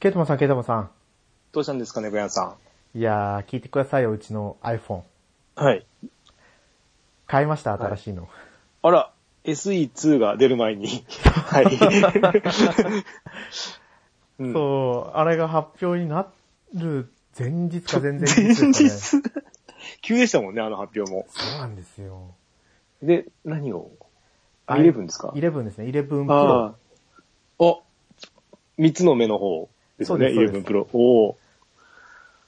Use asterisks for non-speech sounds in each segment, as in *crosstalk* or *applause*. ケイトマンさん、ケイトマンさどうしたんですかね、グヤンさん。いやー、聞いてくださいよ、うちの iPhone。ん。はい。買いました、い新しいの。あら、SE2 が出る前 *laughs* に。はい。うんそう、あれが発表になる前日か前々日前ですかね。日。 *laughs* 急でしたもんね、あの発表も。そうなんですよ。で、何を ?11 ですか ?11 ですね、11 Pro あ。あ。お、三つの目の方ですそよね、うですそう11で Pro。お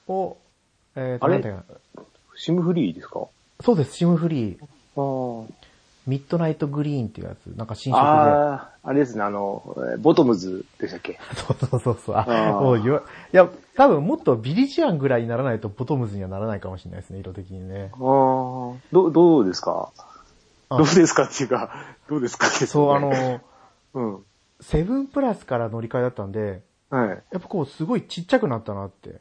お。を、えーと、あれなんていうかシムフリーですかそうです、シムフリー、あーミッドナイトグリーンっていうやつ、なんか新色で。あー、あれですね、あの、えーボトムズでしたっけそうそうそうそう。あ、あーもう言わ、いや、多分もっとビリジアンぐらいにならないとボトムズにはならないかもしれないですね、色的にねあ。あ、ど、どうですかあどうですかっていうか、どうですかってそう、あね、の、うん。セブンプラスから乗り換えだったんで、はい。やっぱこうすごいちっちゃくなったなって。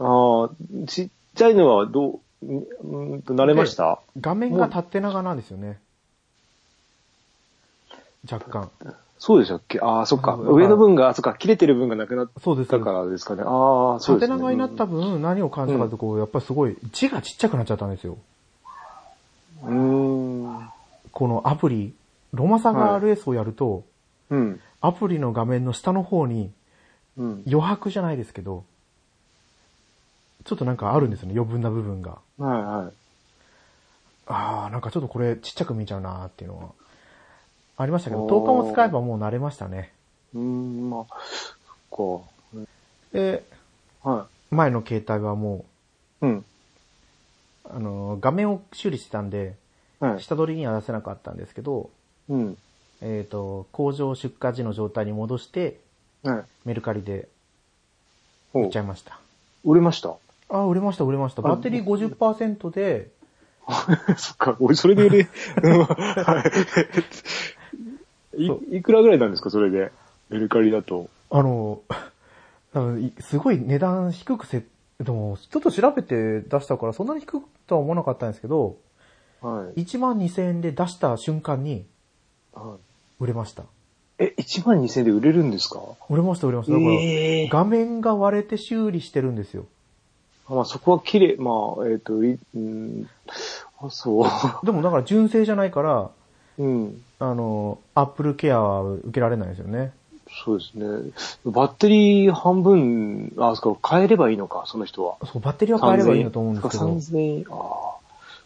ああ、ちっちゃいのはどう、んうーんと、慣れました画面が縦長なんですよね。若干。そうでしたっけああ、そっか。そうそう上の分が、そっか、切れてる分がなくなっそうです。たからですかね。ああ、そうで縦すね。長になった分何を感じたかとこう、やっぱりすごい字がちっちゃくなっちゃったんですよ。うん。うーん。このアプリ、ロマサガはい RS をやると、うん。アプリの画面の下の方にうん。余白じゃないですけど、ちょっとなんかあるんですよね、余分な部分が。はいはい。ああ、なんかちょっとこれちっちゃく見えちゃうなーっていうのは。ありましたけど、おー10日も使えばもう慣れましたね。うーん、まあ、そっで、か。は前の携帯はもい。うん。う、あのー、画面を修理してたんで、はい。下取りには出せなかったんですけど、うん。えっ、と、工場出荷時の状態に戻して、はい。メルカリでお売っうちゃいました。売れました *laughs* あー、売れました、売れました。バッテリー50%で、そっか、俺、それで売 *laughs* れ、うんはいそうい。いくらぐらいなんですか、それで。メルカリだと。あの *laughs* ー、多分いすごい値段低くせ、でも、ちょっと調べて出したから、そんなに低くとは思わなかったんですけど、はい。 1万2000円で出した瞬間にはい売れました。え、1万2000円で売れるんですか売れました、売れました。だから、ええ画面が割れて修理してるんですよ。まあそこは綺麗、まあ、えっ、と、いうん、あ、そでもだから純正じゃないから、 *laughs* う。うん、あの、アップルケアは受けられないですよね。そうですね。バッテリー半分、あ、そうか、変えればいいのか、その人は。そう、バッテリーは変えればいいんだと思うんですけど、 3000円、ああ。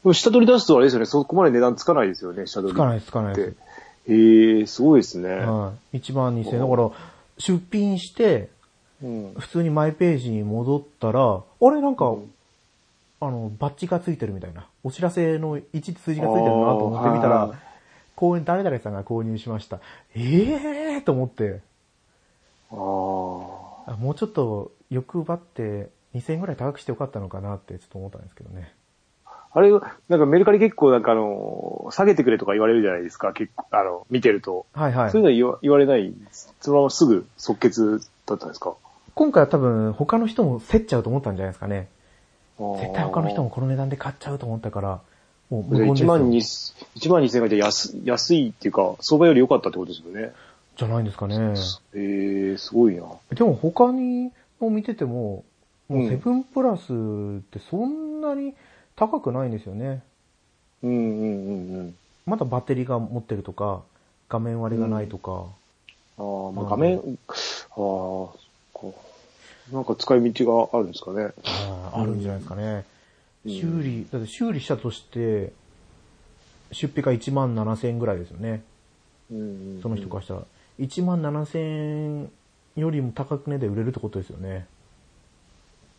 でも下取り出すとあれですよね、そこまで値段つかないですよね、下取つり。かないいです、つかないっですて。。ええすごいですね。はい。1万2000円。だから、出品して、うん。普通にマイページに戻ったら、あれなんか、あの、バッジがついてるみたいな。お知らせの1数字がついてるなと思ってみたあーはらい、購入、誰々さんが購入しました。ええーと思って、ああ。あもうちょっと欲張って2000円ぐらい高くしてよかったのかなってちょっと思ったんですけどね。あれ、なんかメルカリ結構なんかあの、下げてくれとか言われるじゃないですか、結構、あの、見てると。はいはいそう。いうのは言わ言われない、そのまますぐ即決だったんですか今回は多分他の人も競っちゃうと思ったんじゃないですかね。絶対他の人も。この値段で買っちゃうと思ったから、もう無言です1よ万2、1万2千円がじゃあ安安いっていうか、相場より良かったってことですよね。じゃないんですかね。えー、すごいな。でも他にも見てても、もううんセブンプラスってそんなに高くないんですよね。うんうんうんうん。まだバッテリーが持ってるとか、画面割れがないとか。ああ、まあ画面、ああ、そっかなんか使い道があるんですかね。あーあるんじゃないですかね。うん修理、だって修理したとして、出費が1万7千円ぐらいですよね。うんうんうんその人からしたら。1万7千円よりも高く値で売れるってことですよね。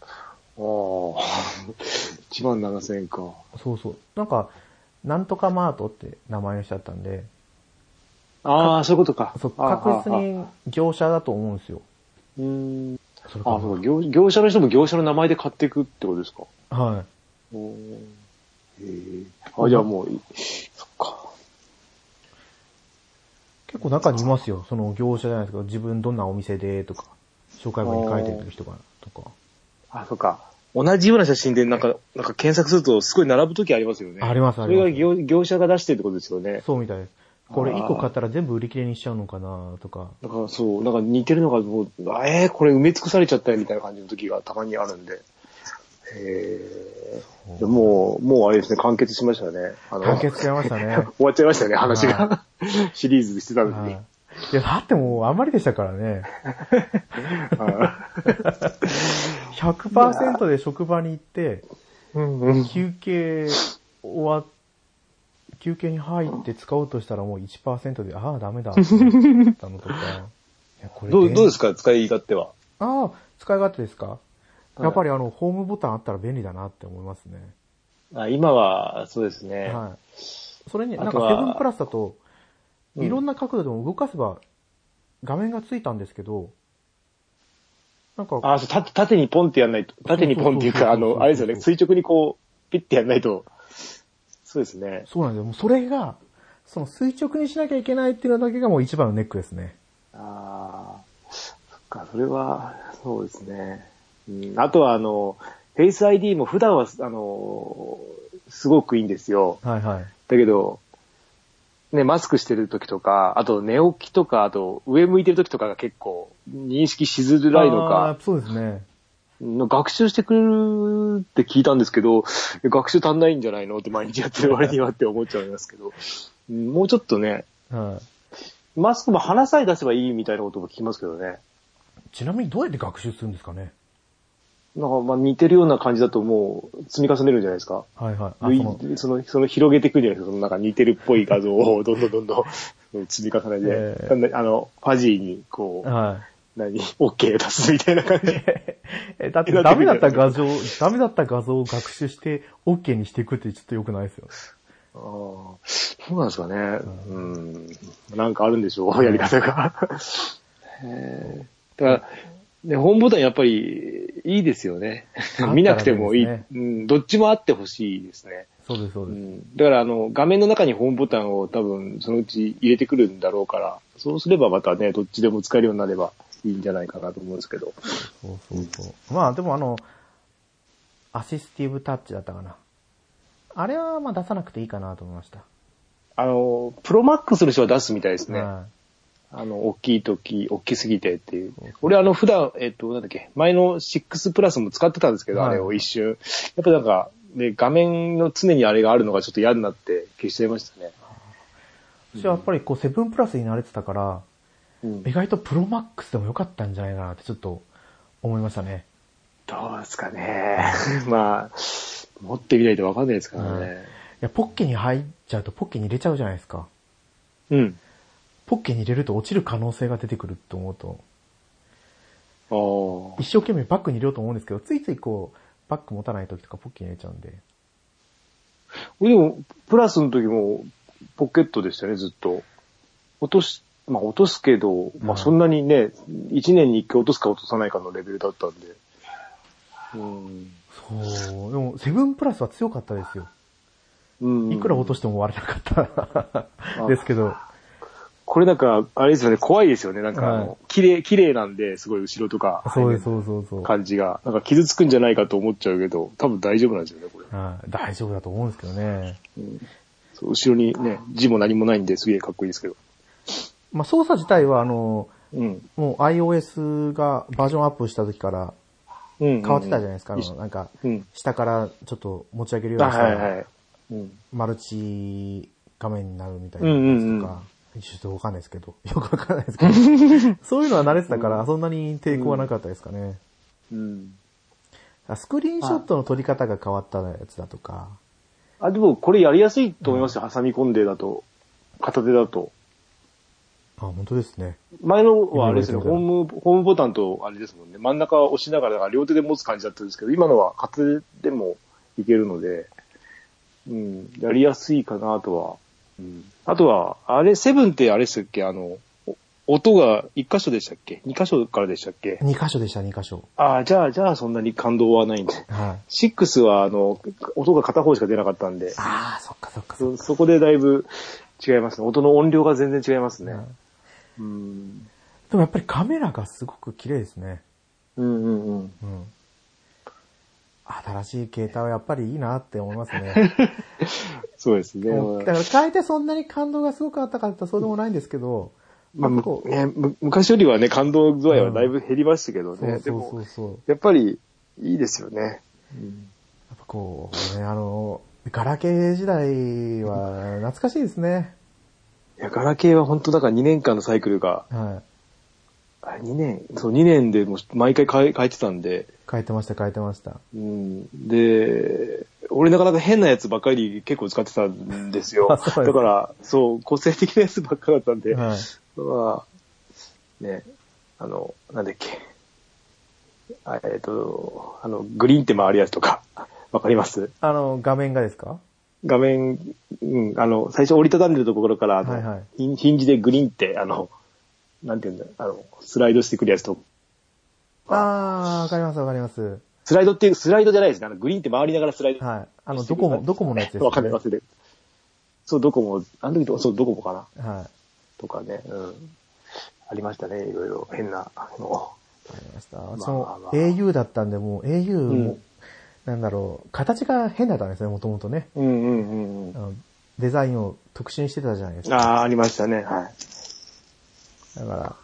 ああ、1万7千円か。そうそう。なんか、なんとかマートって名前の人だったんで、ああ、そういうことか。そうああ確実。ああに業者だと思うんですよ。うん。それあかあ、そうか業。業者の人も業者の名前で買っていくってことですか。ら。はい。おーへーあ、じゃあもうい、そっか。結構中にいますよ。その業者じゃないですけど、自分どんなお店でとか、紹介文に書いてる人が、とか。あ、そっか。同じような写真でなんか、なんか検索するとすごい並ぶときありますよね。ありますありますそれが業業者が出してるってことですよね。そうみたいです。これ1個買ったら全部売り切れにしちゃうのかなとか。だからそう、なんか似てるのがもう、あえー、これ埋め尽くされちゃったよみたいな感じの時がたまにあるんで。えー、でもう、もうあれですね、完結しましたね。あの完結しちゃいましたね。 *laughs* 終わっちゃいましたね、話が。 *laughs* シリーズしてたのはいに。いや、だってもうあんまりでしたから *laughs* ね。はい100%で職場に行って、うんうん休憩終わっ、休憩に入って使おうとしたらもう1%で、ああ、ダメだってなったのとか。いやこれどう、どうですかか、使い勝手は。ああ、使い勝手ですかいやっぱりあの、ホームボタンあったら便利だなって思いますね。あ今は、そうですね。はい。それに、なんあかとはセブンプラスだと、うんいろんな角度でも動かせば、画面がついたんですけど、なんか、あ、そう、縦縦にポンってやんないと、縦にポンっていう *laughs* か、そあうそうそうそうの、あれですよね、垂直にこう、ピッてやんないと、そうですね。そうなんですよ。もうそれが、その垂直にしなきゃいけないっていうのだけがもう一番のネックですね。ああ、そっか、それは、そうですね。うん、あとは、あの、フェイス ID も普段は、あの、すごくいいんですよ。はいはい。だけど、ね、マスクしてる時とか、あと寝起きとか、あと上向いてる時とかが結構認識しづらいのあかー、そうですね。学習してくれるって聞いたんですけど、学習足んないんじゃないのって毎日やってる割にはって思っちゃいますけど、うんもうちょっとね、はい。マスクも鼻さえ出せばいいみたいなことも聞きますけどね。ちなみにどうやって学習するんですかねなんかまあ似てるような感じだともう積み重ねるんじゃないですか。はいはい。あ、そ類の、その、その広げていくんじゃないですか。そのなんか似てるっぽい画像をどんどん *laughs* どんどん積み重ねて、ええだんだんあの、ファジーにこう、はい。何、OK 出すみたいな感 *laughs* じ。え、だってダメだった画像、ダメだった画像を学習して、OK にしていくってちょっと良くないですよ。ああ、そうなんですかね。うん。なんかあるんでしょう、やり方が。へえ。だから、ね、ホームボタンやっぱりいいですよねあったらいいです。ね見なくてもいい、うん。どっちもあってほしいですね。そうです、そううです。ん。だから、あの、画面の中にホームボタンを多分そのうち入れてくるんだろうから、そうすればまたね、どっちでも使えるようになればいいんじゃないかなと思うんですけど。そうそうそう。まあでもあの、アシスティブタッチだったかな。あれはまあ出さなくていいかなと思いました。あの、プロマックスの人は出すみたいですね。はあの、大きい時、大きすぎてっていう。俺あの、普段、えっと、なんだっけ、前の6プラスも使ってたんですけど、はいあれを一瞬。やっぱなんか、ね、画面の常にあれがあるのがちょっと嫌になって消しちゃいましたね。い。私はやっぱりこう、セブンプラスに慣れてたから、うん意外とプロマックスでも良かったんじゃないかなってちょっと思いましたね。どうですかね。 *laughs* まあ、持ってみないとわかんないですからね。いや、ポッケに入っちゃうとポッケに入れちゃうじゃないですか。うん。ポッケに入れると落ちる可能性が出てくると思うと、あー一生懸命バッグに入れようと思うんですけど、ついついこう、バッグ持たない時とかポッケに入れちゃうんで。俺でも、プラスの時も、ポケットでしたね、ずっと。落とし、まあ落とすけど、うんまあそんなにね、一年に一回落とすか落とさないかのレベルだったんで。うん。そう。でも、セブンプラスは強かったですよ。うんいくら落としても割れなかった *laughs* ですけど。これなんか、あれですよね、怖いですよね。なんかあの、はい綺麗、綺麗なんで、すごい後ろとか、そうです、そうそうそう。感じが。なんか傷つくんじゃないかと思っちゃうけど、多分大丈夫なんですよね、これ。はい大丈夫だと思うんですけどね。そう後ろにね、字も何もないんですげえかっこいいですけど。まあ、操作自体は、あの、うん。もう iOS がバージョンアップした時からうん、うん。変わってたじゃないですか。あうんの、なんか、うん。下からちょっと持ち上げるようあにしたはいら、はい。うん。マルチ画面になるみたいなうんうんうんやつとか、ちょっとわかんないですけど、 *laughs* よくわかんないですけど、そういうのは慣れてたから、そんなに抵抗はなかったですかね。うん。あスクリーンショットの撮り方が変わったやつだとか、あ、でもこれやりやすいと思いますよ、挟み込んでだと。片手だと。あ、本当ですね。前のはあれですね、今ホーム、ホームボタンとあれですもんね、真ん中を押しながら、だから両手で持つ感じだったんですけど、今のは片手でもいけるので、うん、やりやすいかなとは。うん、あとは、あれ、セブンってあれでしたっけ、あの、お音が一箇所でしたっけ二箇所からでしたっけ2箇所でした、2箇所。ああ、じゃあ、じゃあそんなに感動はないんで。はい。シックスは、あの、音が片方しか出なかったんで、ああ、そっかそっかそっそそこでだいぶ違いますね。音の音量が全然違いますねか。。うんでもやっぱりカメラがすごく綺麗ですね。うんうんうん。うん。新しい携帯はやっぱりいいなって思います *laughs* ね。そうですね。もうだから変えてそんなに感動がすごくあったかって言ったらそうでもないんですけど、まあ、なんむかこうねむ昔よりはね、感動具合はだいぶ減りましたけどね。そうでそうそもう、そう。やっぱりいいですよね。やっぱこう、ね、あの、ガラケー時代は懐かしいですね。いや、ガラケーは本当だから2年間のサイクルが、はあれ2年、そう2年でもう毎回変え変えてたんで、い。変えてました、変えてました。うん、で、俺なかなか変なやつばっかり結構使ってたんです *laughs* よ。あだそかうですら、そう、個性的なやつばっかだったんで、はい。まあ、ね、あの、なんだっけ。あえっと、あの、グリーンって回るやつとか、 *laughs* わかりますあの、画面がですか画面、うん、あの、最初折りたたんでるところから、あのはいはいヒンヒンジでグリーンって、あの、なんていうんだあの、スライドしてくるやつと、あー、わかります、わかります。スライドっていう、スライドじゃないですね。あの、グリーンって回りながらスライド。はい。あの、ドコモ、ドコモのやつです、ね。わかんない、忘れてそう、ドコモ、あの時と、そう、ドコモかなはい。とかね、うん。ありましたね、いろいろ、変な、あの、わかりました。あそのま、あ au だったんで、もう au も、うんなんだろう、形が変だったんですね、もともとね。うんうんうんうんあ。のデザインを特進してたじゃないですか。ああ、ありましたね。はい。だか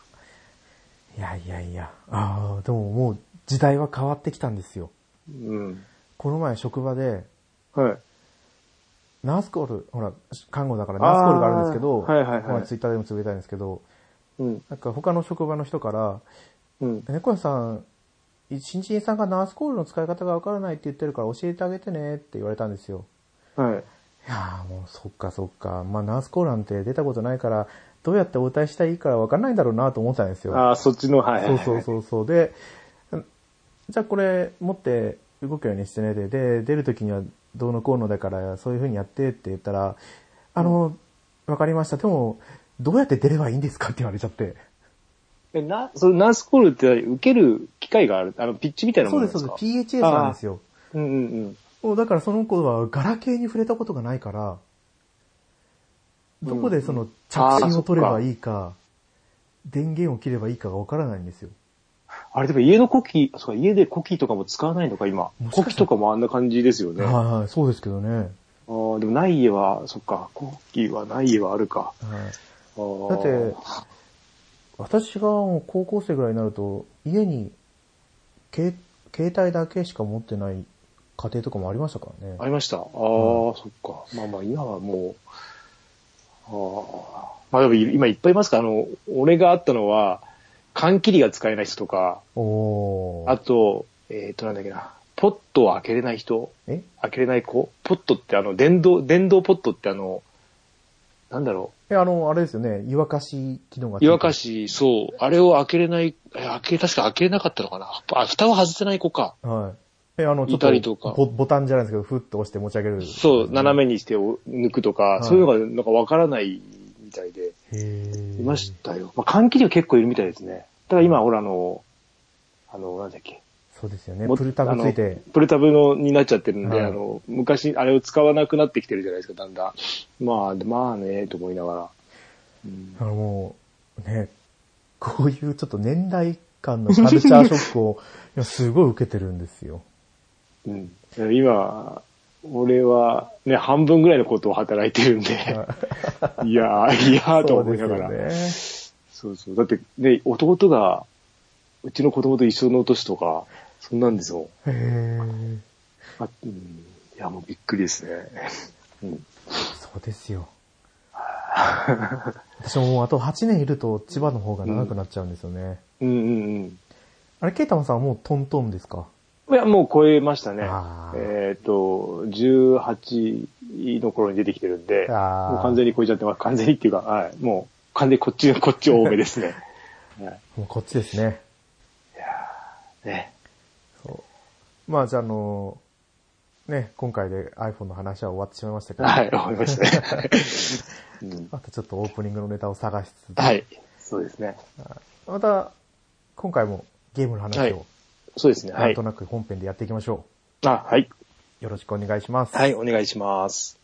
ら、いやいやいや、ああ、でももう時代は変わってきたんですよ。うん。この前職場で、はい。ナースコール、ほら、看護だからあーナースコールがあるんですけど、はいはいはいまあツイッターでもつぶやいたんですけど、うん。なんか他の職場の人から、うん。猫屋さん、新人さんがナースコールの使い方がわからないって言ってるから教えてあげてねって言われたんですよ。はいい。やーもうそっかそっか。まあナースコールなんて出たことないから、どうやって応対したらいいからわかんないんだろうなと思ってたんですよ。ああ、そっちの、はい。そうそうそうそう。で、うんじゃあこれ持って動くようにしてねで、で、出るときにはどうのこうのだから、そういう風にやってって言ったら、あの、わかりました。でも、どうやって出ればいいんですかって言われちゃって。う。え、な、そのナースコールって受ける機会がある、あの、ピッチみたいなそもうのでですす、かそうです。PHS なんですよ。す。うんうんうん。もうだからその子はガラケーに触れたことがないから、どこでその着信を取ればいいか、電源を切ればいいかがわからないんですよ。あれ、でも家のコキ、そうか、家でコキとかも使わないのか、今も。しかしたコらキとかもあんな感じですよね。あはいはい、そうですけどね。あ、でもない家は、そっか、コキはない家はあるか。はいああだって、私がもう高校生ぐらいになると、家に、携携帯だけしか持ってない家庭とかもありましたからね。ありました。ああ、うそっか。まあまあ、今はもう、ああ。まあでも、今いっぱいいますから、あの、俺があったのは、缶切りが使えない人とか、おーあと、えっ、と、なんだっけな、ポットを開けれない人、え開けれない子、ポットってあの、電動、電動ポットってあの、なんだろえ、あの、あれですよね。湯沸かし機能がう、湯沸かし。し、そう、あれを開けれない、え開け、確か開けれなかったのかな。あ、蓋を外せない子か。はい。え、あの、ちょっいたりとかボボタンじゃないですけど、ふっと押して持ち上げる。そう、斜めにしてお抜くとか、いそういうのがなんかわからないみたいで。め。へいましたよ。まあ、缶切りは結構いるみたいですね。ただ今、ほら、あの、あの、なんだっけ。そうですよね。もプルタブついてあ。のプルタブのになっちゃってるんで、はいあの、昔、あれを使わなくなってきてるじゃないですか、だんだん。まあ、まあね、と思いながら。うんあの、もう、ね、こういうちょっと年代間のカルチャーショックを、今すごい受けてるんですよ。うん、今、俺は、ね、半分ぐらいのことを働いてるん *laughs* で、いやー、いやーと思いながら。そうですそうそう。だって、ね、弟が、うちの子供と一緒の年とか、そんなんですよ。よね。へーあうん、いや、もうびっくりですね。うんそうですよ。私ももうあと8年いると千葉の方が長くなっちゃうんですよね。うんうんあれ、ケイタマンさんはもうトントンですかうん。いや、もう超えましたねあ。ーえっ、と、18の頃に出てきてるんで、あーもう完全に超えちゃってます。完全にっていうか、はい。もう、完全にこっち、こっち多めです *laughs* ね。はもうこっちですね。い、ね。そう。まあじゃあ、あの、ね、今回で iPhone の話は終わってしまいましたけど、はい、思いましたね、 *laughs* うんまたちょっとオープニングのネタを探しつつ、はい。そうですね。また、今回もゲームのは話いを、そうですね。なはんいと。なく本編でやっていきましょう。あ、はい。よろしくお願いします。はい、お願いします。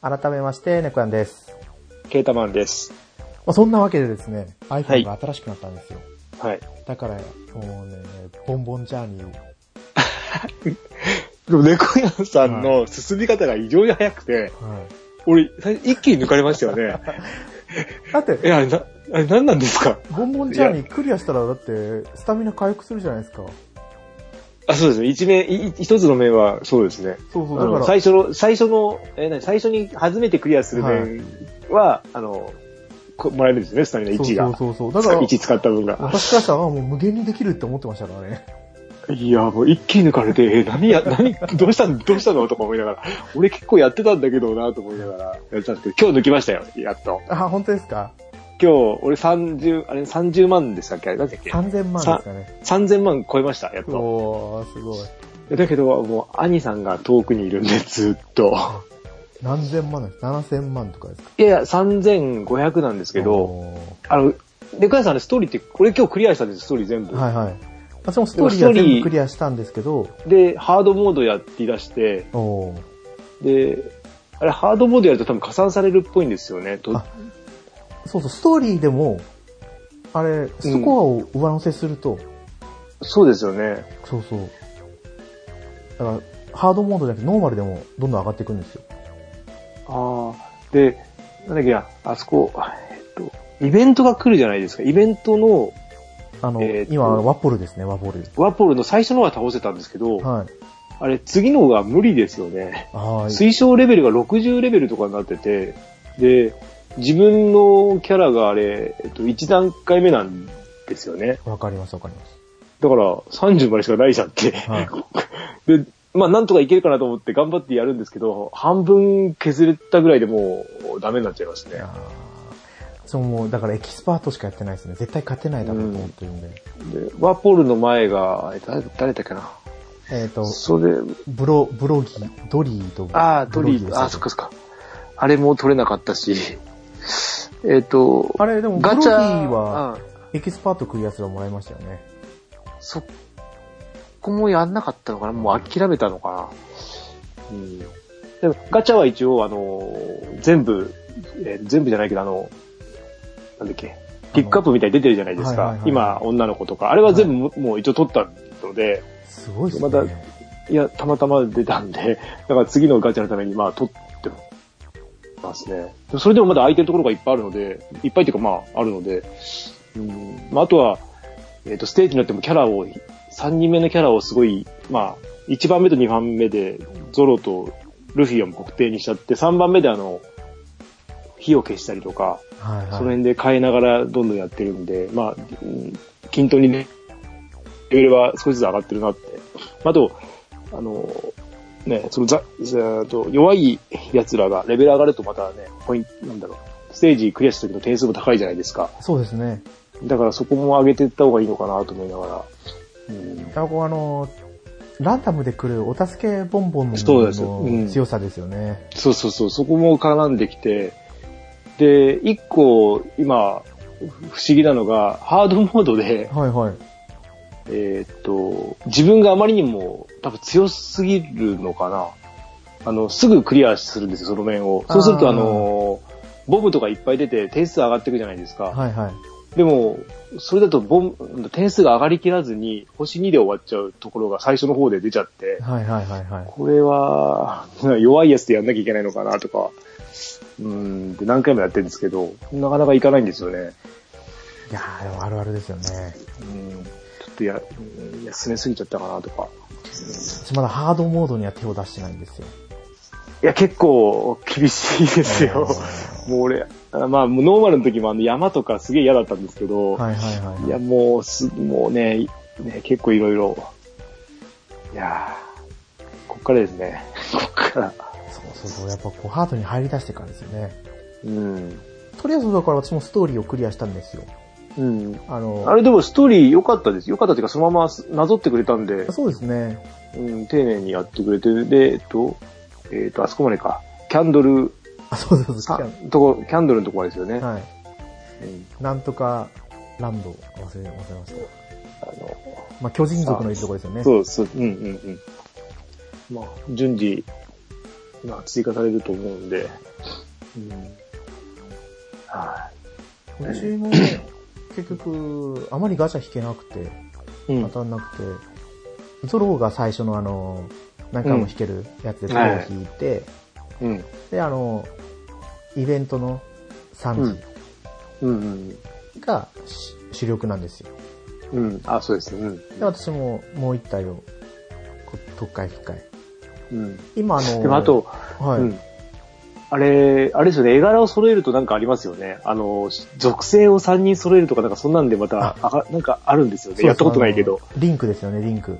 改めまして、猫やんです。ケータマンです。まあ、そんなわけでですね、は iPhone いが新しくなったんですよ。はい。だから、もうね、ボンボンジャーニーを。でも、猫屋さんの進み方が異常に早くて、はい俺、最一気に抜かれましたよね。 *laughs* だって、え、あれ、な、あれ何なんですかボンボンジャーニークリアしたら、だって、スタミナ回復するじゃないですか。あ、そうですね。一面、い一つの面はそうですね。そうあそう、だかのら、最初の、最初の、え、何最初に初めてクリアする面は、あの、こもらえるんですね、スタミナ1が。そうそうそうそう。だから、 1使った分が。私からしたらあもう無限にできるって思ってましたから *laughs* ね。いや、もう一気に抜かれて、え、何や、何、どうしたの、どうしたのとか思いながら、俺結構やってたんだけどな、と思いながら、やってたんですけど、今日抜きましたよ、やっと。あ、本当ですか今日、俺30、あれ30万でしたっけあれ、なんだっけ ?3000 万ですかね。 3000万超えました、やっと。おー、すごい。だけど、もう、兄さんが遠くにいるんで、ずっと。 *laughs* 何千万です ?7000 万とかですかいやいや、3500なんですけど、おーあの、でかやさんね、ストーリーって、俺今日クリアしたんですよ、ストーリー全部。はいはい。私もストーリーは全部クリアしたんですけど、で、ハードモードやっていらして、おーで、あれ、ハードモードやると多分加算されるっぽいんですよね。とあそうそう、ストーリーでも、あれ、スコアを上乗せすると、そうですよね。そうそう。だから、ハードモードじゃなくてノーマルでもどんどん上がっていくんですよ。ああ。で、なんだっけな、あそこ、えっと、イベントが来るじゃないですか。イベントの、あの、えーっと今、ワポルですね、ワポル。ワポルの最初のは倒せたんですけど、はい。あれ、次のが無理ですよね。あー推奨レベルが60レベルとかになってて、で、自分のキャラがあれ、えっと、1段階目なんですよね。わかりますわかります。だから、30までしかないじゃんって。はいで、まあ、なんとかいけるかなと思って頑張ってやるんですけど、半分削れたぐらいでもう、ダメになっちゃいますいねや。ーそう、もう、だからエキスパートしかやってないですね。絶対勝てないだろうと思ってるんで。で、ワポルの前が、え誰誰だっけな。えっ、と、それ、ブロ、ブロギー、ドリーとああ、ドリブー、ロああ、でしそったかっそっか。あれも取れなかったし。えっ、とけ、あれ、でも、ブロガギチャ、ーは、うんエキスパートクリアすらもらいましたよね。そこもやんなかったのかなもう諦めたのかなうん。でも、ガチャは一応、あの、全部、えー全部じゃないけど、あの、なんだっけ、ピックアップみたいに出てるじゃないですはいはいかは。い今、女の子とか。あれは全部も、もう一応取ったので、すごいですね。まだいや、たまたま出たんで、 *laughs* だから次のガチャのために、まあ、取ってますね。でもそれでもまだ空いてるところがいっぱいあるので、いっぱいっていうか、まあ、あるので、うん、まあ、あとは、えっ、と、ステージによってもキャラを、3人目のキャラをすごい、まあ、1番目と2番目で、ゾロとルフィをもう確定にしちゃって、3番目であの、火を消したりとか、はいそのはい。辺で変えながらどんどんやってるんで、まあ、うん均等にね、レベルは少しずつ上がってるなって。あと、あの、ね、そのざ、ざと弱い奴らがレベル上がるとまたね、ポイント、なんだろう、ステージクリアした時の点数も高いじゃないですか。そうですね。だからそこも上げていった方がいいのかなと思いながら。うん。あこうあの、ランダムで来るお助けボンボンのそうですうん強さですよね。そうそうそう、そこも絡んできて、で、一個、今、不思議なのが、ハードモードで、はいはい。えーっと、自分があまりにも多分強すぎるのかな。あの、すぐクリアするんですよ、その面を。そうすると、あーあの、ボブとかいっぱい出て点数上がっていくじゃないですか。はいはい。でも、それだとボブ、点数が上がりきらずに、星2で終わっちゃうところが最初の方で出ちゃって、はいはいはいはい。これは、弱いやつでやんなきゃいけないのかなとか、うーん、で何回もやってるんですけど、なかなかいかないんですよね。いやー、でもあるあるですよね。うん、ちょっとや、うん休めすぎちゃったかなとか。私まだハードモードには手を出してないんですよ。いや、結構厳しいですよ。もう俺、あまあ、もうノーマルの時もあの山とかすげえ嫌だったんですけど、はいはいはい。い、や、もうす、もうね、いね結構いろいろ。いやーこっからですね。 *laughs* こっから。そうそうそう。やっぱこう、ハードに入り出してからですよね。うん。とりあえずだから私もストーリーをクリアしたんですよ。うん。あの、あれでもストーリー良かったです。良かったっていうか、そのままなぞってくれたんで、そうですね。うん、丁寧にやってくれて、で、えっと、えっと、あそこまでか。キャンドル、あ、そうそうそさう。とこ、キャンドルのとこまでですよね。はい。うんなんとか、ランド、忘れ、忘れました。あの、まあ、巨人族のいるとこですよね。そうそう、うんうんうん。まあ、順次、まあ、追加されると思うんで、うんは私もね、結局、あまりガチャ引けなくて、い。うん当。たんなくて、ゾロが最初のあの、何回も引けるやつでゾロを引いて、うん。で、あの、イベントの3うん。時がし主力なんですよ。うん。うん。あ、そうですね。うんで、私ももう一体を、こ特会引回。うん。今あの、 *laughs* でもあと、はい、うん。あれ、あれですよね、絵柄を揃えるとなんかありますよね。あの、属性を3人揃えるとか、なんかそんなんでまた、あがなんかあるんですよね。やったことないけど。あのリンクですよね、リンク。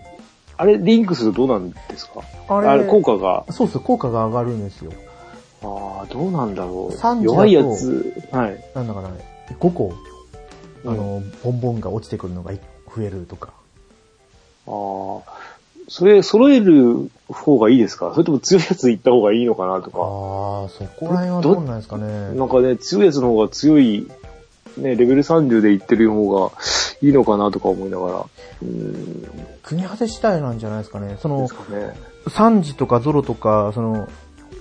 あれ、リンクするとどうなんですかああれれ、効果が。そうそう、効果が上がるんですよ。ああ、どうなんだろ三時う。だと弱いやつ。はい。なんだかな、5個、あの、ボンボンが落ちてくるのが増えるとか。うん、ああ。それ、揃える方がいいですかそれとも強いやつ行った方がいいのかなとか。ああ、そこら辺はどうなんですかね。なんかね、強いやつの方が強い、ね、レベル30で行ってる方がいいのかなとか思いながら。うん。で国果て次第なんじゃないですかね。そのす、かね。サンジとかゾロとか、その、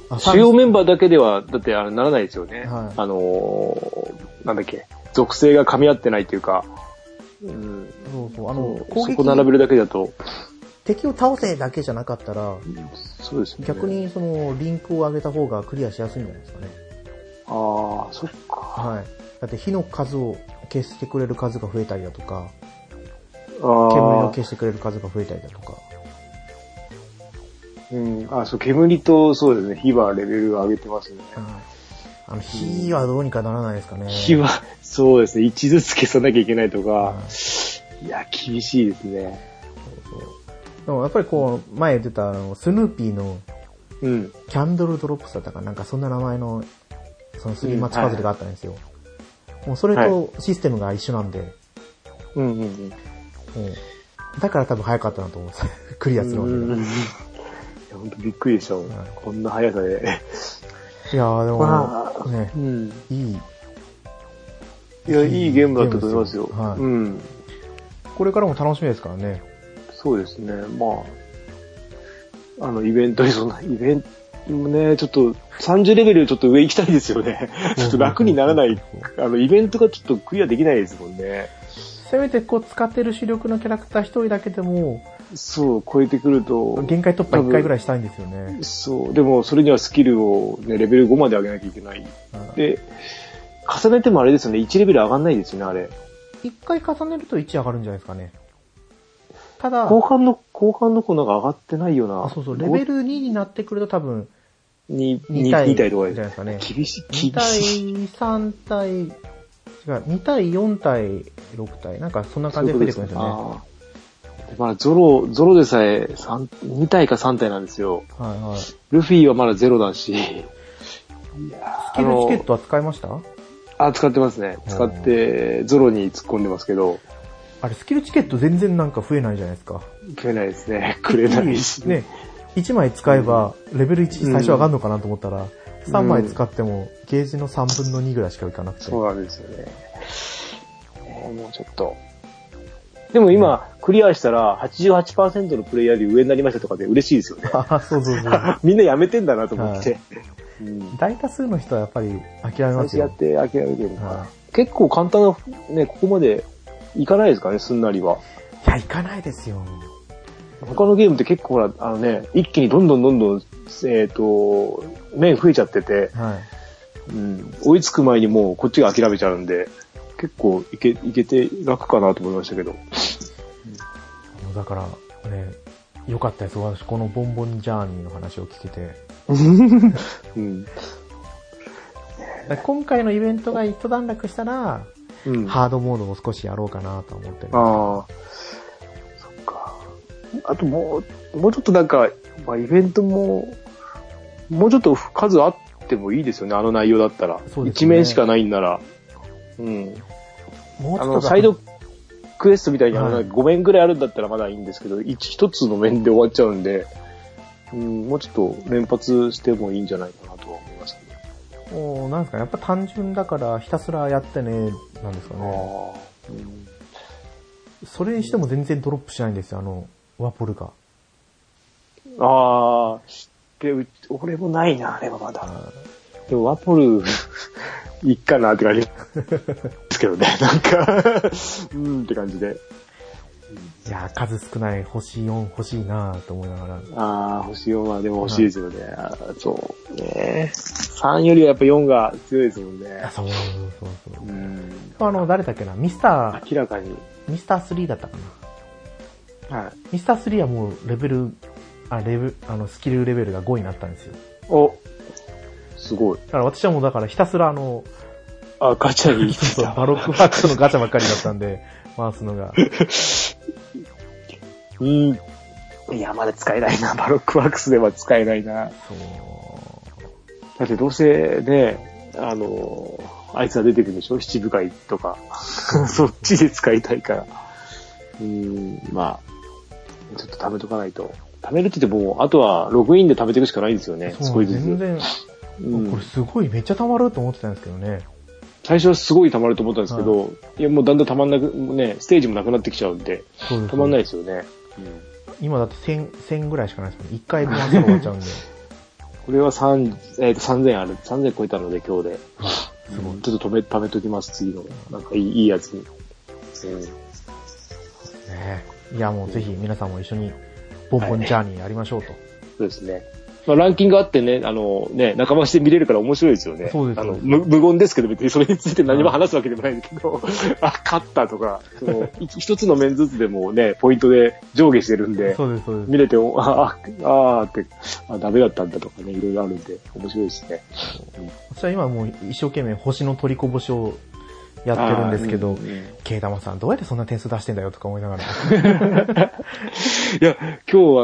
あ主要メンバーだけでは、だってあれならないですよね。はいあのーなんだっけ、属性が噛み合ってないというか、うん、サンジそうそう、ああの、攻そ撃こ並べるだけだと、敵を倒せだけじゃなかったら、そうですよね。逆。にその、リンクを上げた方がクリアしやすいんじゃないですかね。ああ、そっか。はい。だって火の数を消してくれる数が増えたりだとか、あ煙をあ、消してくれる数が増えたりだとか。うん、あそう、煙と、そうですね、火はレベルを上げてますね。はいあの、火はどうにかならないですかね。火は、 *laughs* そうですね、1ずつ消さなきゃいけないとかは、いや、厳しいですね。そうそうでもやっぱりこう、前出たあの、スヌーピーのうん。キャンドルドロップスだったかななんかそんな名前の、そのスリーマッチパズルがあったんですよ。もうそれとシステムが一緒なんで、うんうんうん。もう、だから多分早かったなと思うんです。 *laughs* クリアするまでうん *laughs* が。いや、本当びっくりでしたもん。はいこんな速さで。いやーでまも、ねう、 *laughs* ん。いい。いや、いいゲームだったと思いますよ。ゲームですよはいうん。これからも楽しみですからね。そうですね。まあ、あの、イベントにそんな、イベントもね、ちょっと、30レベルちょっと上行きたいですよね。 *laughs* ちょっと楽にならない。あの、イベントがちょっとクリアできないですもんね。せめてこう使ってる主力のキャラクター一人だけでも、そう、超えてくると。限界突破一回ぐらいしたいんですよね。そう。でも、それにはスキルをね、レベル5まで上げなきゃいけない。はいで、重ねてもあれですよね、1レベル上がんないですよね、あれ。一回重ねると1上がるんじゃないですかね。ただ、後半の、後半の子なんか上がってないよな。あそうそう、レベル2になってくると多分、 2、 2 2対体とかじゃないですかね。厳しい、 2厳対しい。 3対、違う、2対4対6対、なんかそんなそ感ういじうでこ増えてくるんでとですねす。よね。ああ。まだゾロ、ゾロでさえ三2体か3体なんですよ。はいはい。スルフィはまだゼロだし。い *laughs* やーキルチケッあトは使いましたのあ、使ってますね。使って、ゾロに突っ込んでますけど、あれ、スキルチケット全然なんか増えないじゃないですか。くれないですね。 *laughs* くれないし。ね、1枚使えば、レベル1最初上がるのかなと思ったら、3枚使っても、ゲージの3分の2ぐらいしかいかなくて。そうなんですよね。えーもうちょっと。でも今、クリアしたら88%のプレイヤーで上になりましたとかで嬉しいですよね。 *laughs* あ *laughs* そうそうそう。みんなやめてんだなと思って。うん大多数の人はやっぱり諦め最ま初すやよっ。て諦めてるのかはな。結構簡単な、ね、ここまでいかないですかね、すんなりは。いや、行かないですよ。他のゲームって結構ほら、あのね、一気にどんどんどんどん、えっ、と、面増えちゃってて、はい。うん、追いつく前にもうこっちが諦めちゃうんで、結構いけ、いけて楽かなと思いましたけど。だから、ね、よかったです。私、このボンボンジャーニーの話を聞けて。うん。今回のイベントが一段落したら、うん。ハードモードも少しやろうかなと思ってる。ああ。そっか。あともう、もうちょっとなんか、まあ、イベントも、もうちょっと数あってもいいですよね、あの内容だったら。そうですね一面しかないんなら。うん。もうちあょっとの、だサイドクエストみたいにあのはい5面ぐらいあるんだったらまだいいんですけど、1、一つの面で終わっちゃうんで、うん、もうちょっと連発してもいいんじゃないかなとは思いますけど。もうなんですか、やっぱ単純だからひたすらやってね、なんですかね。ああ。うんそれにしても全然ドロップしないんですよ、あの、ワポルが。ああ、で、う俺もないな、あれはまだ。でもワポル、 *laughs* いっかなって感じですけどね。 *laughs* なんかうーんって感じで。いやー、数少ない星4欲しいなーと思いながら。ああ、星4はでも欲しいですよね。あーそう。ね3よりはやっぱ4が強いですもんねあ、。そうそうそうそうう。ん。あの、誰だっけな、ミスタ明らかに。ー、ミスター3だったかな。はい。ミスター3はもうレベル、あ、レベル、あの、スキルレベルが5になったんですよ。お、すごい。だから私はもうだからひたすらあの、あ、ガチャに行ってそうた。バロックバックのガチャばっかりだったんで、回すのが。 *laughs* うん。いや、まだ使えないな。バロックワークスでは使えないな。そう。だってどうせね、あの、あいつは出てくるでしょ七部会と *laughs* か。そっちで使いたいから。うーん、まあ、ちょっと貯めとかないと。貯めるって言っても、あとはログインで貯めていくしかないんですよね。そう少しず全つ。然、うんこれすごい、めっちゃ溜まると思ってたんですけどね。最初はすごい貯まると思ったんですけど、いや、もうだんだん溜まんなく、もうね、ステージもなくなってきちゃうんで、そうです溜まんないい。ですよね。うん今だって1000、1000ぐらいしかないですもんね。1回分終わっち *laughs* ゃうんで。これは三えーと3000ある、3000超えたので今日で。すごい。ちょっと止め、貯めときます、次の。なんかいいいいやつに。うんねえいや、もうぜひ皆さんも一緒に、ボンボンジャーニーやりましょうと。そうですね。まあ、ランキングあってね、あのね、仲間して見れるから面白いですよね。そうですあのそうです無無言ですけど、別にそれについて何も話すわけでもないんだけど、 *laughs* あ、勝ったとか、そのい一つの面ずつでもね、ポイントで上下してるんで、そうです、そうで見れて、お *laughs* あ、ああーって、あ、ダメだったんだとかね、いろいろあるんで、面白いですね。す。私は今もう一生懸命星の取りこぼしをやってるんですけあどーう、んうんケイタマさんどうやってそんな点数出してんだよとか思いながら。 *laughs* いや、今日あ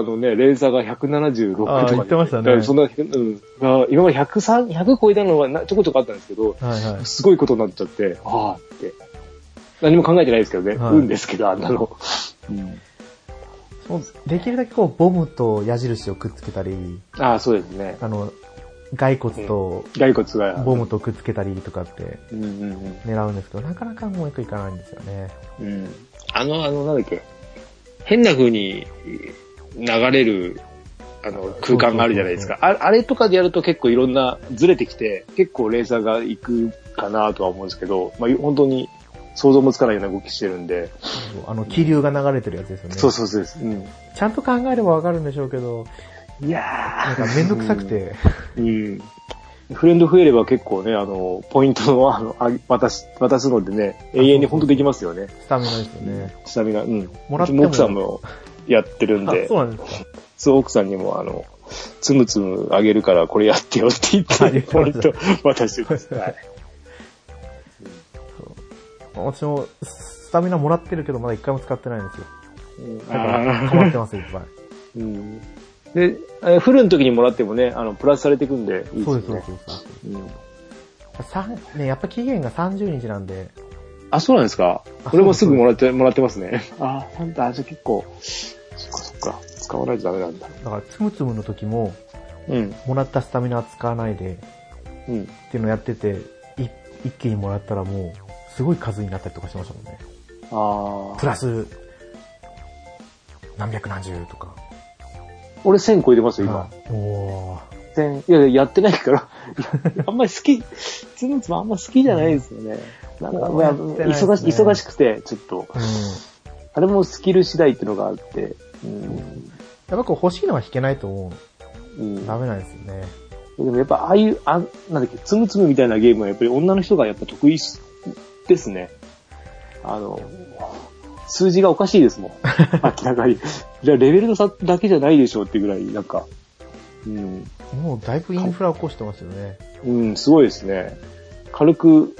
のね、連鎖が176とかあで、ー言ってましたねだからそんな、うん。あー今まで103、100超えたのはなちょこちょこあったんですけど、はいはい。すごいことになっちゃって、ああって。何も考えてないですけどね。はい運ですけど、あんなの。もうできるだけこう、ボムと矢印をくっつけたり、ああ、そうですね。あの、骸骨と骸骨が。ボムとくっつけたりとかってうんうん狙うんですけど、なかなかうまくいかないんですよね。うん。うん。あの、あの、なんだっけ。変な風に流れる、あの、空間があるじゃないですか。ああれとかでやると結構いろんな、ずれてきて、結構レーサーが行くかなとは思うんですけど、まあ、本当に想像もつかないような動きしてるんで。あの、気流が流れてるやつですよね。そうそうそうです。うん。ちゃんと考えればわかるんでしょうけど、いやなんかめんどくさくて。うん。フレンド増えれば結構ね、あの、ポイントをあのあ渡す、渡すのでね、永遠に本当できますよね。スタミナですよね。ちなみに、うん。もらってうもち奥さんもやってるんあ、でそ、うなんですか。そう、奥さんにもあの、つむつむあげるからこれやってよって言あって、言ってポまインしたト渡してます。はい。私もスタミナもらってるけど、まだ一回も使ってないんですよ。だから、困っあてます、いっぱい。ー *laughs* うんで、えフルの時にもらってもね、あの、プラスされていくんで、いいですそうでよす、そうでねす。そうです。うん三ね、やっぱ期限が30日なんで、あ、そうなんですかあ俺もすぐもらって、もらってますね。あ、なんだ、じゃあ結構、そっかそっか、使わないとダメなんだ。だから、つむつむの時も、うん、もらったスタミナは使わないで、っうん。ていうのをやってて、い一気にもらったらもう、すごい数になったりとかしましたもんね。あプあ。ラス、何百何十とか。俺1000超えてますよ、今は。いおー。 1000。いやいや、やってないから。 *laughs* あんまり好き、つむつむあんま好きじゃないですよね。なんか、まあやってないですね忙し、忙しくて、ちょっと。うん。あれもスキル次第っていうのがあって。うん。やっぱこう欲しいのは引けないと思うんう。ダメなんですよね。でもやっぱ、ああいう、あ、なんだっけ、つむつむみたいなゲームはやっぱり女の人がやっぱ得意すですね。あの、数字がおかしい *laughs* ですもん。明らかに。じゃあレベルの差だけじゃないでしょうっていうぐらい、なんか。うん。もうだいぶインフラを起こしてますよね。うん、すごいですね。軽く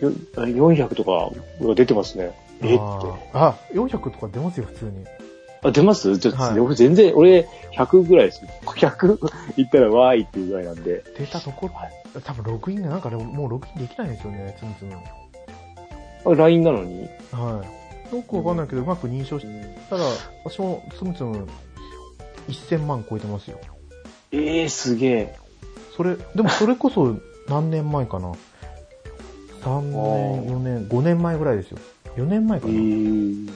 よ400とかが出てますね。えって。あーあ、400とか出ますよ、普通に。あ、出ますじゃあ、はい俺全然、俺100ぐらいです。100いったらわーいっていうぐらいなんで。出たところ、多分ログインがなんかでももうログインできないんですよね、つむつむ。あ LINE なのに。はい。よくわかんないけど、うまく認証したら、私もつむつむ1000万超えてますよ。ええー、すげえ。それ、でもそれこそ何年前かな。3お年、4ー年、5年前ぐらいですよ。4年前えかな。ー、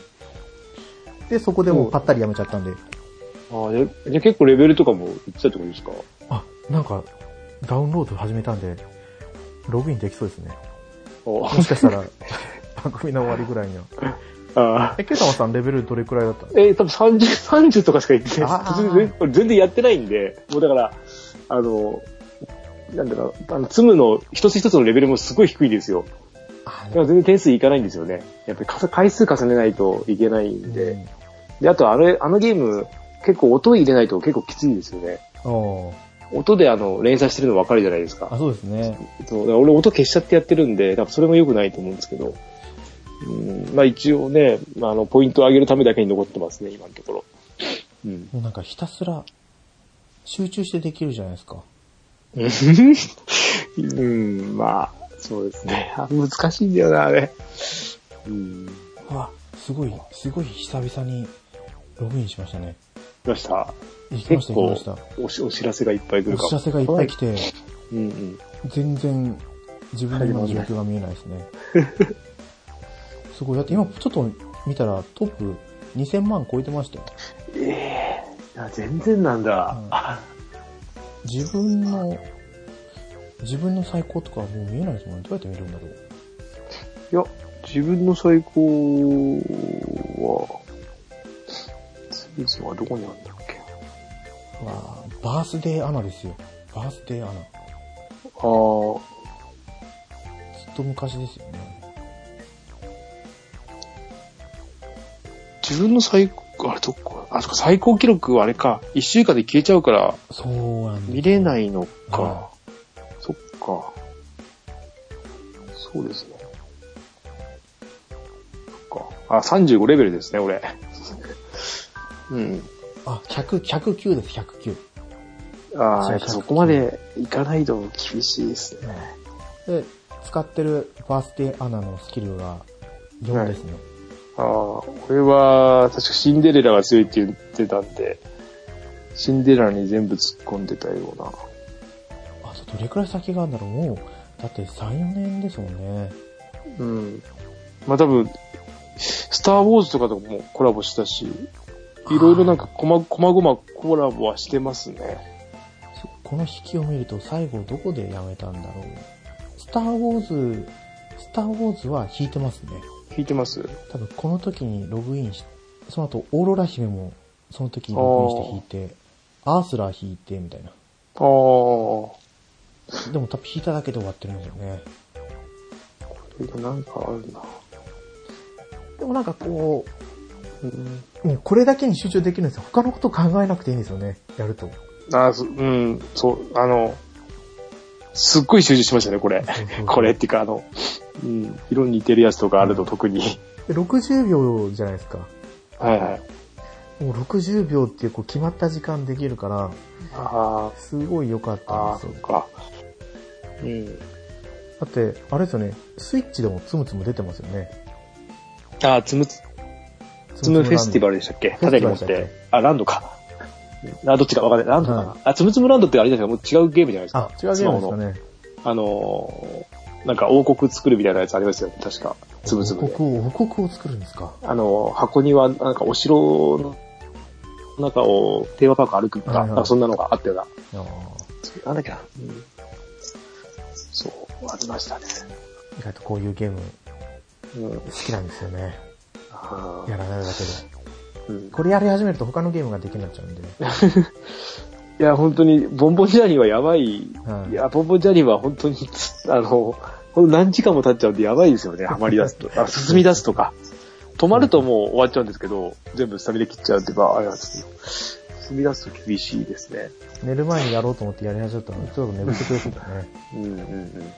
で、そこでもうぱったりやめちゃったんで。あーじゃあじゃあ結構レベルとかもいってたってことですかあ、なんか、ダウンロード始めたんで、ログインできそうですね。おもしかしたら、番組の終わりぐらいには。あえ、ケイタマさんレベルどれくらいだったんですかえー、多分30、30とかしか言ってないあですー全然。俺全然やってないんで、もうだから、あの、なんだろう、あの、ツムの一つ一つのレベルもすごい低いですよ。あだから全然点数いかないんですよね。やっぱりか回数重ねないといけないんで。うんで、あとあれ、あのゲーム、結構音入れないと結構きついですよね。おー音であの、連鎖してるの分かるじゃないですあ、か。そうですね。そうだから俺音消しちゃってやってるんで、多分それも良くないと思うんですけど。うん、まあ一応ね、まああの、ポイントを上げるためだけに残ってますね、今のところ。うん。もうなんかひたすら、集中してできるじゃないですか。うん、まあ、そうですね。あ難しいんだよな、あれ。うん。あ、すごい、すごい久々にログインしましたね。来ました。行きました、行き結構ました。、おしお知らせがいっぱい来おるかも。知らせがいっぱい来て、うんうん。全然自分の今の状況が見えないです *laughs* ね。すごい。だって今ちょっと見たらトップ2000万超えてましたよ。いや全然なんだ。うんあ自分の、自分の最高とかはもう見えないですもんね。どうやって見るんだろう。いや、自分の最高は、スイーツはどこにあるんだっけわあバースデーアナですよ。バースデーアナ。あーずっと昔ですよね。自分の最高、あれどこあ、そっか、最高記録はあれか。一週間で消えちゃうから、そうなんだ見れないのはか。そっか。そうですね。そっか。あ、35レベルですね、俺。 *laughs* うん。あ、100、109です、109。あじゃああ、やっぱそこまでいかないと厳しいですね。で、使ってるバースデーアナのスキルが4ですね。ああ、俺は、確かシンデレラが強いって言ってたんで、シンデレラに全部突っ込んでたような。あとどれくらい先があるんだろうもう、だって3、4年ですもんね。うん。まあ多分、スター・ウォーズとかともコラボしたし、いろいろなんか、こま、こまごまコラボはしてますね。そこの引きを見ると最後どこでやめたんだろう。スターウォーズ、スターウォーズは引いてますね。弾いてます多分この時にログインし、その後オーロラ姫もその時にログインして引いて、アースラー引いてみたいな。ああ、こでも多分引いただけで終わってるんですよね。れがなんかあるな。でもなんかこうん。う、もうこれだけに集中できるんですよ。他のこと考えなくていいんですよね。やると。ああ、そうん、そう、あの、すっごい集中しましたね、これ。 *laughs* これっていうか、あの、うん、色に似てるやつとかあると特に。で60秒じゃないですか。はいはい。もう60秒っていうこう決まった時間できるから、あすごい良かったんあ、ああ、でそすっよ。か。うん。だって、あれですよね、スイッチでもつむつむ出てますよね。ああ、つむつ、つむフェスティバルでしたっけフェステ縦ィにバ持ルっでしたっけて。あ、ランドか。あ、どっちかわかんない。ランドかうな。あ、つむつむランドってあれじゃないですか。もう違うゲームじゃないですあか。、違うゲームスマホのですかね。あのー、なんか王国作るみたいなやつありますよね。確か。つむつむ王で。国を、王国を作るんですか。あのー、箱庭、なんかお城の中をテーマパーク歩くとはいか、はいなんかそんなのがあったような。あーなんだっけな。うんそう、ありましたね。意外とこういうゲームうん。好きなんですよね。あやらないだけで。ーうんこれやり始めると他のゲームができなくなっちゃうんで。いや、本当に、ボンボンジャーニーはやばい。はいいや、ボンボンジャーニーは本当に、 *laughs* あの、ほんと何時間も経っちゃうんでやばいですよね、ハマり出すと。あ進み出すとか。止まるともう終わっちゃうんですけど、全部スタミナ切っちゃうってば、あれなんですけど進み出すと厳しいですね。寝る前にやろうと思ってやり始めたのに、ちょっと眠ってくれてたね。うんうんうん。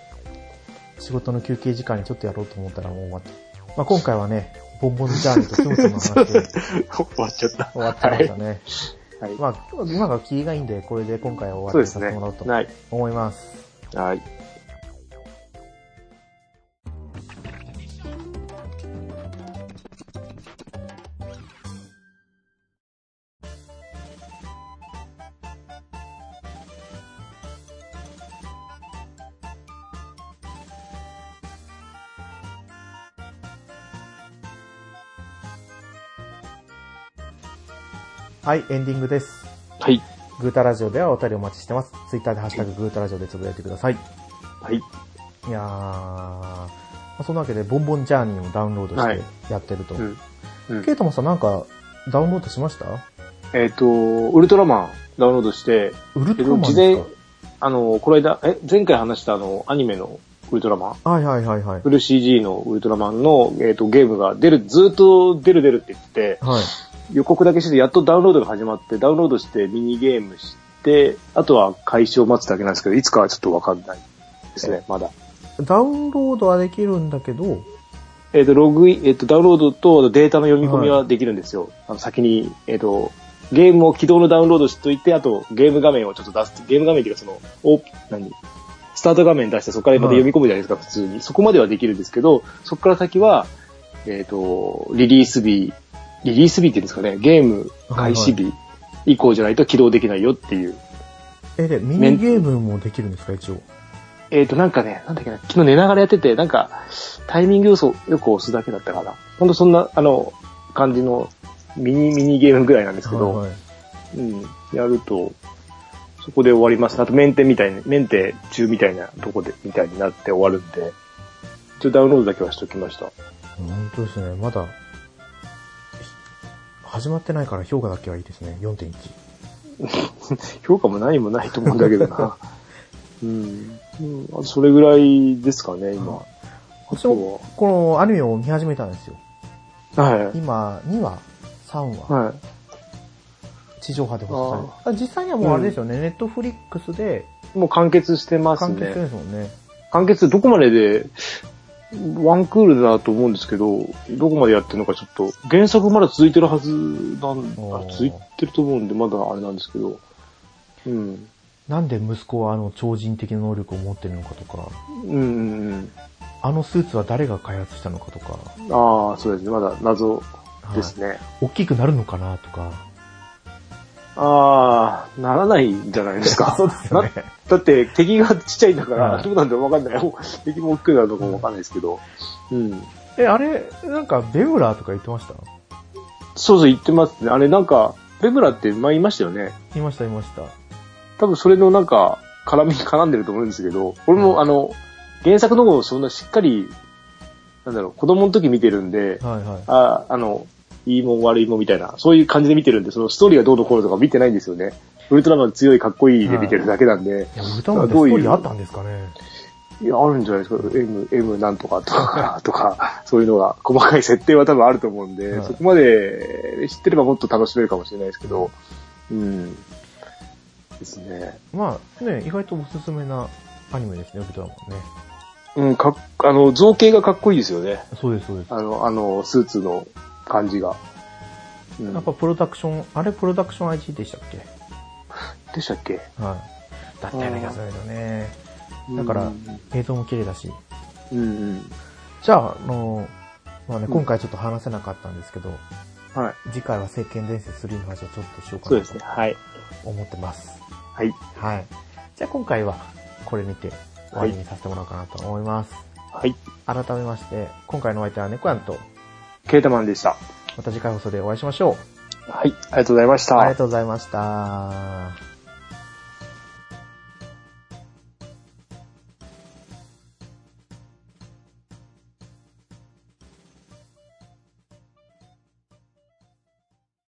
仕事の休憩時間にちょっとやろうと思ったらもう終わって。まあ今回はね、ボンボンジャーニーとつむつむの話で終わっちゃった。 *laughs* 終わってました *laughs* ね。はい。まあ、今がキーがいいんで、これで今回は終そわうでりにすさせね。てもらおうとはい。思います。はい。はい、エンディングです。はい。グータラジオではお便りお待ちしてます。ツイッターでハッシュタググータラジオでつぶやいてください。はい。いやー、まあそんなわけで、ボンボンジャーニーをダウンロードはしいてやってると。うん。うんケイトもさんなんかダウンロードしましたえっ、と、ウルトラマンダウンロードして、ウルトえラっとマン事で前す、あの、この間、え、前回話したあの、アニメのウルトラマン、かはいはいはいはい。フル CG のウルトラマンの、えっとゲームが出る、ずっと出る出るって言ってて、はい。予告だけしててやっとダウンロードが始まって、ダウンロードしてミニゲームして、あとは開始を待つだけなんですけど、いつかはちょっとわかんないですね、まだ。ダウンロードはできるんだけど、えっ、と、ログイン、えっ、と、ダウンロードとデータの読み込みはできるんですよ。あの先に、えっ、と、ゲームを起動のダウンロードしといて、あと、ゲーム画面をちょっと出す。ゲーム画面っていうか、その、お、何スタート画面出して、そこからまはたい読み込むじゃないですか、普通に。そこまではできるんですけど、そこから先は、えっ、と、リリース日、リリース日っていうんですかね、ゲーム開始日以降じゃないと起動できないよっていう。え、で、ミニゲームもできるんですか一応。えっ、と、なんかね、なんだっけな、昨日寝ながらやってて、なんか、タイミング要素よく押すだけだったかな。ほんとそんな、あの、感じのミニミニゲームぐらいなんですけど、はいはいうん、やると、そこで終わります。あと、メンテみたいな、メンテ中みたいなとこで、みたいになって終わるんで、ちょっとダウンロードだけはしときました。 *laughs* 本当ですね。まだ、始まってないから評価だけはいいですね。4.1。評価も何もないと思うんだけ *laughs* どな。うん、うんあとそれぐらいですかね、今。あ私とも、このアニメを見始めたんですよ。は、はい。今、2話、3話、はい。地上波で放送される。実際にはもうあれですよね。ネットフリックスでもう完結してます完ね。結ですもんね。完結どこまでで、ワンクールだと思うんですけど、どこまでやってるのかちょっと、原作まだ続いてるはずなん、おあー続いてると思うんで、まだあれなんですけど、うん。なんで息子はあの超人的な能力を持ってるのかとか、うんうんあのスーツは誰が開発したのかとか、うん。ああ、そうですね。まだ謎ですね。大きくなるのかなとか。ああ、ならないんじゃないです *laughs* か。そうですよねなだって敵がちっちゃいんだから、はいどうなんだろうわかんない。敵も大きくなるのかもわかんないですけど。うん。え、あれ、なんかベウラーとか言ってましたそうそう言ってますね。あれなんか、ベブラって前言いましたよね。いました、いました。多分それのなんか、絡みに絡んでると思うんですけど、俺もあの、原作の方をそんなしっかり、なんだろう、子供の時見てるんで、はいはい。あ、あの、いいもん悪いもんみたいな、そういう感じで見てるんで、そのストーリーがどうのこうのとか見てないんですよね。ウルトラマン強いかっこいいで見てるだけなんで、いや、歌までストーリーあったんですかね。いや、あるんじゃないですか。M、M なんとかとか、 *laughs* とか、そういうのが、細かい設定は多分あると思うんで、はいそこまで知ってればもっと楽しめるかもしれないですけど、うん。ですね。まあ、ね、意外とおすすめなアニメですね、ウルトラマンね。うん、かっあの、造形がかっこいいですよね。そうです、そうです。あの、あの、スーツの感じが。うん、やっぱプロダクション、あれプロダクション IG でしたっけでしたっけはい。だったような気がするけどね。うんだから映像も綺麗だし。うんうん。じゃあ、あの、まあね、うん今回ちょっと話せなかったんですけど、はい。次回は聖剣伝説3の話をちょっとしようかそうなですとね。はい。思ってます。はい。はい。じゃあ今回はこれにて終わりにさせてもらおうかなと思います。はい。改めまして、今回のお相手はネコヤンと、ケータマンでした。また次回放送でお会いしましょう。はい。ありがとうございました。ありがとうございました。